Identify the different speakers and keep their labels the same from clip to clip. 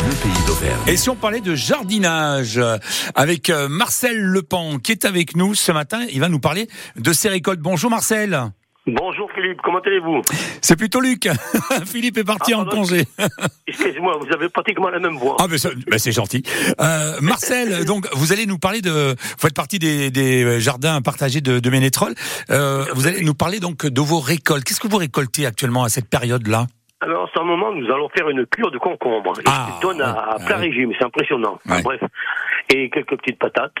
Speaker 1: pays d'Auvergne.
Speaker 2: Et si on parlait de jardinage euh, avec euh, Marcel Lepan qui est avec nous ce matin, il va nous parler de ses récoltes. Bonjour Marcel.
Speaker 3: Bonjour Philippe, comment allez-vous
Speaker 2: C'est plutôt Luc. Philippe est parti
Speaker 3: Ah,
Speaker 2: en
Speaker 3: pardon.
Speaker 2: congé.
Speaker 3: Excusez-moi, vous avez pratiquement la même voix.
Speaker 2: Ah ben, ça- ben, c'est gentil. Euh, Marcel, donc vous allez nous parler de. Vous faites partie des, des euh, jardins partagés de, de Ménétrol. Euh, vous allez nous parler donc de vos récoltes. Qu'est-ce que vous récoltez actuellement à cette période-là
Speaker 3: Alors, en ce moment, nous allons faire une cure de concombre. Et
Speaker 2: Ah,
Speaker 3: je donne à, à
Speaker 2: ouais.
Speaker 3: plein régime, c'est impressionnant.
Speaker 2: Ouais.
Speaker 3: Bref, et quelques petites patates.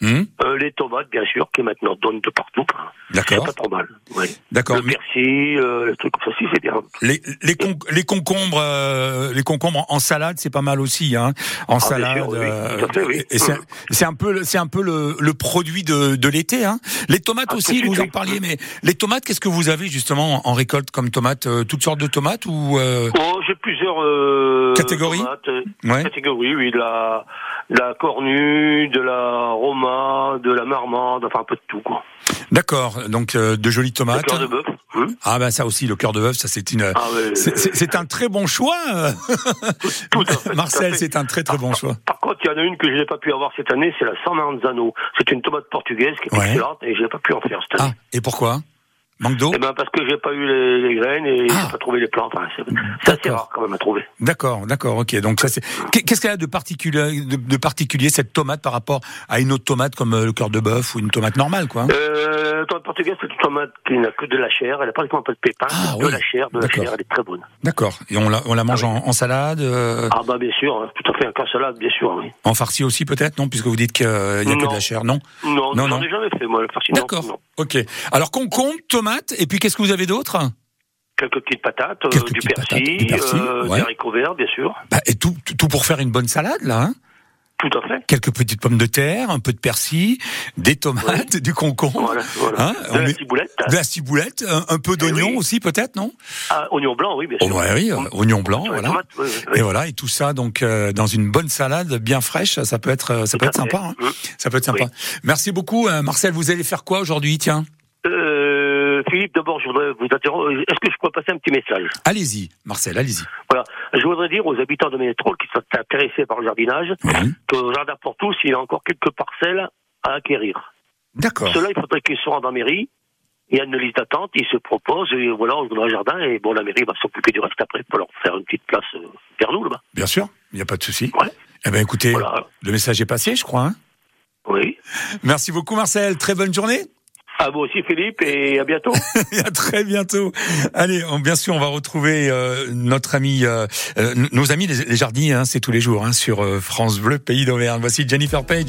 Speaker 2: Hmm
Speaker 3: Euh, les tomates, bien sûr, qui maintenant donnent de partout. C'est
Speaker 2: D'accord.
Speaker 3: pas trop mal. ouais.
Speaker 2: D'accord.
Speaker 3: Le persil, euh, le truc comme ça, si, c'est bien.
Speaker 2: Les, les, con- les concombres, euh, les concombres en salade, c'est pas mal aussi, hein. En
Speaker 3: Ah, bien
Speaker 2: salade,
Speaker 3: sûr, oui,
Speaker 2: euh,
Speaker 3: tout à fait, oui.
Speaker 2: et c'est
Speaker 3: Mm.
Speaker 2: c'est un peu, le- c'est un peu le, le produit de, de l'été, hein. Les tomates
Speaker 3: Ah,
Speaker 2: aussi,
Speaker 3: tout de
Speaker 2: vous
Speaker 3: suite,
Speaker 2: en
Speaker 3: oui.
Speaker 2: parliez, mais les tomates, qu'est-ce que vous avez justement en récolte comme tomates, euh, toutes sortes de tomates ou euh,
Speaker 3: Oh, j'ai plusieurs euh,
Speaker 2: Catégories
Speaker 3: tomates, euh,
Speaker 2: ouais,
Speaker 3: Catégories, oui, de la, de la cornue, de la roma, de la marmande, enfin un peu de tout, quoi.
Speaker 2: d'accord. Donc euh, de jolies
Speaker 3: Le
Speaker 2: tomates.
Speaker 3: cœur de bœuf. hein.
Speaker 2: Ah ben ça aussi, le cœur de bœuf, ça c'est une,
Speaker 3: Ah, ouais,
Speaker 2: c'est- c'est c'est un très bon choix, euh,
Speaker 3: tout à fait, tout à
Speaker 2: Marcel,
Speaker 3: fait.
Speaker 2: c'est un très très bon choix.
Speaker 3: Par contre, il y en a une que je n'ai pas pu avoir cette année, c'est la San Manzano. C'est une tomate portugaise qui est
Speaker 2: Ouais.
Speaker 3: excellente et je n'ai pas pu en faire cette
Speaker 2: Ah
Speaker 3: année.
Speaker 2: et pourquoi Manque d'eau.
Speaker 3: Eh ben parce que j'ai pas eu les, les graines et
Speaker 2: Ah.
Speaker 3: j'ai pas trouvé les plantes. Enfin, c'est c'est assez
Speaker 2: D'accord.
Speaker 3: rare quand même à trouver.
Speaker 2: D'accord, d'accord, ok. Donc ça c'est. Qu'est- Qu'est-ce qu'elle a de particulier, de, de particulier cette tomate par rapport à une autre tomate comme euh, le cœur de bœuf ou une tomate normale, quoi hein
Speaker 3: Euh, la tomate portugaise, c'est une tomate qui n'a que de la chair, elle a pratiquement pas de pépins,
Speaker 2: Ah,
Speaker 3: de
Speaker 2: oui.
Speaker 3: la chair, de la
Speaker 2: D'accord.
Speaker 3: chair, elle est très bonne.
Speaker 2: D'accord. Et on la, on la mange
Speaker 3: Ah oui.
Speaker 2: en, en salade, euh,
Speaker 3: Ah bah bien sûr, hein, tout à fait, un cas salade, bien sûr, oui.
Speaker 2: en farci aussi peut-être, non Puisque vous dites qu'il n'y a que de la
Speaker 3: Non.
Speaker 2: chair, non
Speaker 3: Non,
Speaker 2: Non,
Speaker 3: non, j'en
Speaker 2: non.
Speaker 3: ai jamais fait moi, le farci, non,
Speaker 2: D'accord.
Speaker 3: non.
Speaker 2: Ok. Alors concombre, tomate, et puis qu'est-ce que vous avez d'autre
Speaker 3: Quelques petites patates, euh,
Speaker 2: Quelques
Speaker 3: du,
Speaker 2: petites patates,
Speaker 3: persil,
Speaker 2: du persil,
Speaker 3: euh,
Speaker 2: ouais.
Speaker 3: des haricots verts, bien sûr.
Speaker 2: bah, Et tout, tout pour faire une bonne salade, là. Hein
Speaker 3: Tout à fait.
Speaker 2: Quelques petites pommes de terre, un peu de persil, des tomates, du concombre,
Speaker 3: Voilà, voilà.
Speaker 2: Hein, on
Speaker 3: de la
Speaker 2: met-
Speaker 3: ciboulette,
Speaker 2: de la ciboulette, un, un peu d'oignon
Speaker 3: oui.
Speaker 2: aussi peut-être, non
Speaker 3: ah, oignon blanc, oui, bien
Speaker 2: Oh,
Speaker 3: sûr.
Speaker 2: bah oui, euh, oignon blanc,
Speaker 3: Sur les
Speaker 2: voilà.
Speaker 3: tomates, oui, oui,
Speaker 2: Et
Speaker 3: oui.
Speaker 2: voilà, et tout ça donc euh, dans une bonne salade bien fraîche, ça peut être euh, ça peut être
Speaker 3: Tout à fait.
Speaker 2: sympa. hein.
Speaker 3: Mm.
Speaker 2: Ça peut être sympa.
Speaker 3: Oui.
Speaker 2: Merci beaucoup, euh, Marcel. Vous allez faire quoi aujourd'hui Tiens,
Speaker 3: Euh, Philippe, d'abord, je voudrais vous interroger. Est-ce que je pourrais passer un petit message
Speaker 2: allez-y, Marcel, allez-y.
Speaker 3: Voilà. Je voudrais dire aux habitants de Ménétrol qui sont intéressés par le jardinage
Speaker 2: Oui.
Speaker 3: que le Jardin pour tous, il a encore quelques parcelles à acquérir.
Speaker 2: D'accord.
Speaker 3: Cela, il faudrait qu'ils se rendent en mairie. Il y a une liste d'attente, ils se proposent, et voilà, on voudrait un jardin, et bon, la mairie va s'occuper du reste après pour leur faire une petite place euh, vers nous, là-bas.
Speaker 2: Bien sûr, il n'y a pas de souci.
Speaker 3: Ouais.
Speaker 2: Eh ben écoutez,
Speaker 3: Voilà.
Speaker 2: le message est passé, je crois. hein.
Speaker 3: Oui.
Speaker 2: Merci beaucoup, Marcel. Très bonne journée.
Speaker 3: À vous aussi, Philippe, et à bientôt.
Speaker 2: Et à très bientôt. Allez, on- bien sûr, on va retrouver euh, notre ami, euh, euh, nos amis les, les jardiniers. hein, c'est tous les jours hein, sur euh, France Bleu, pays d'Auvergne. Voici Jennifer Page.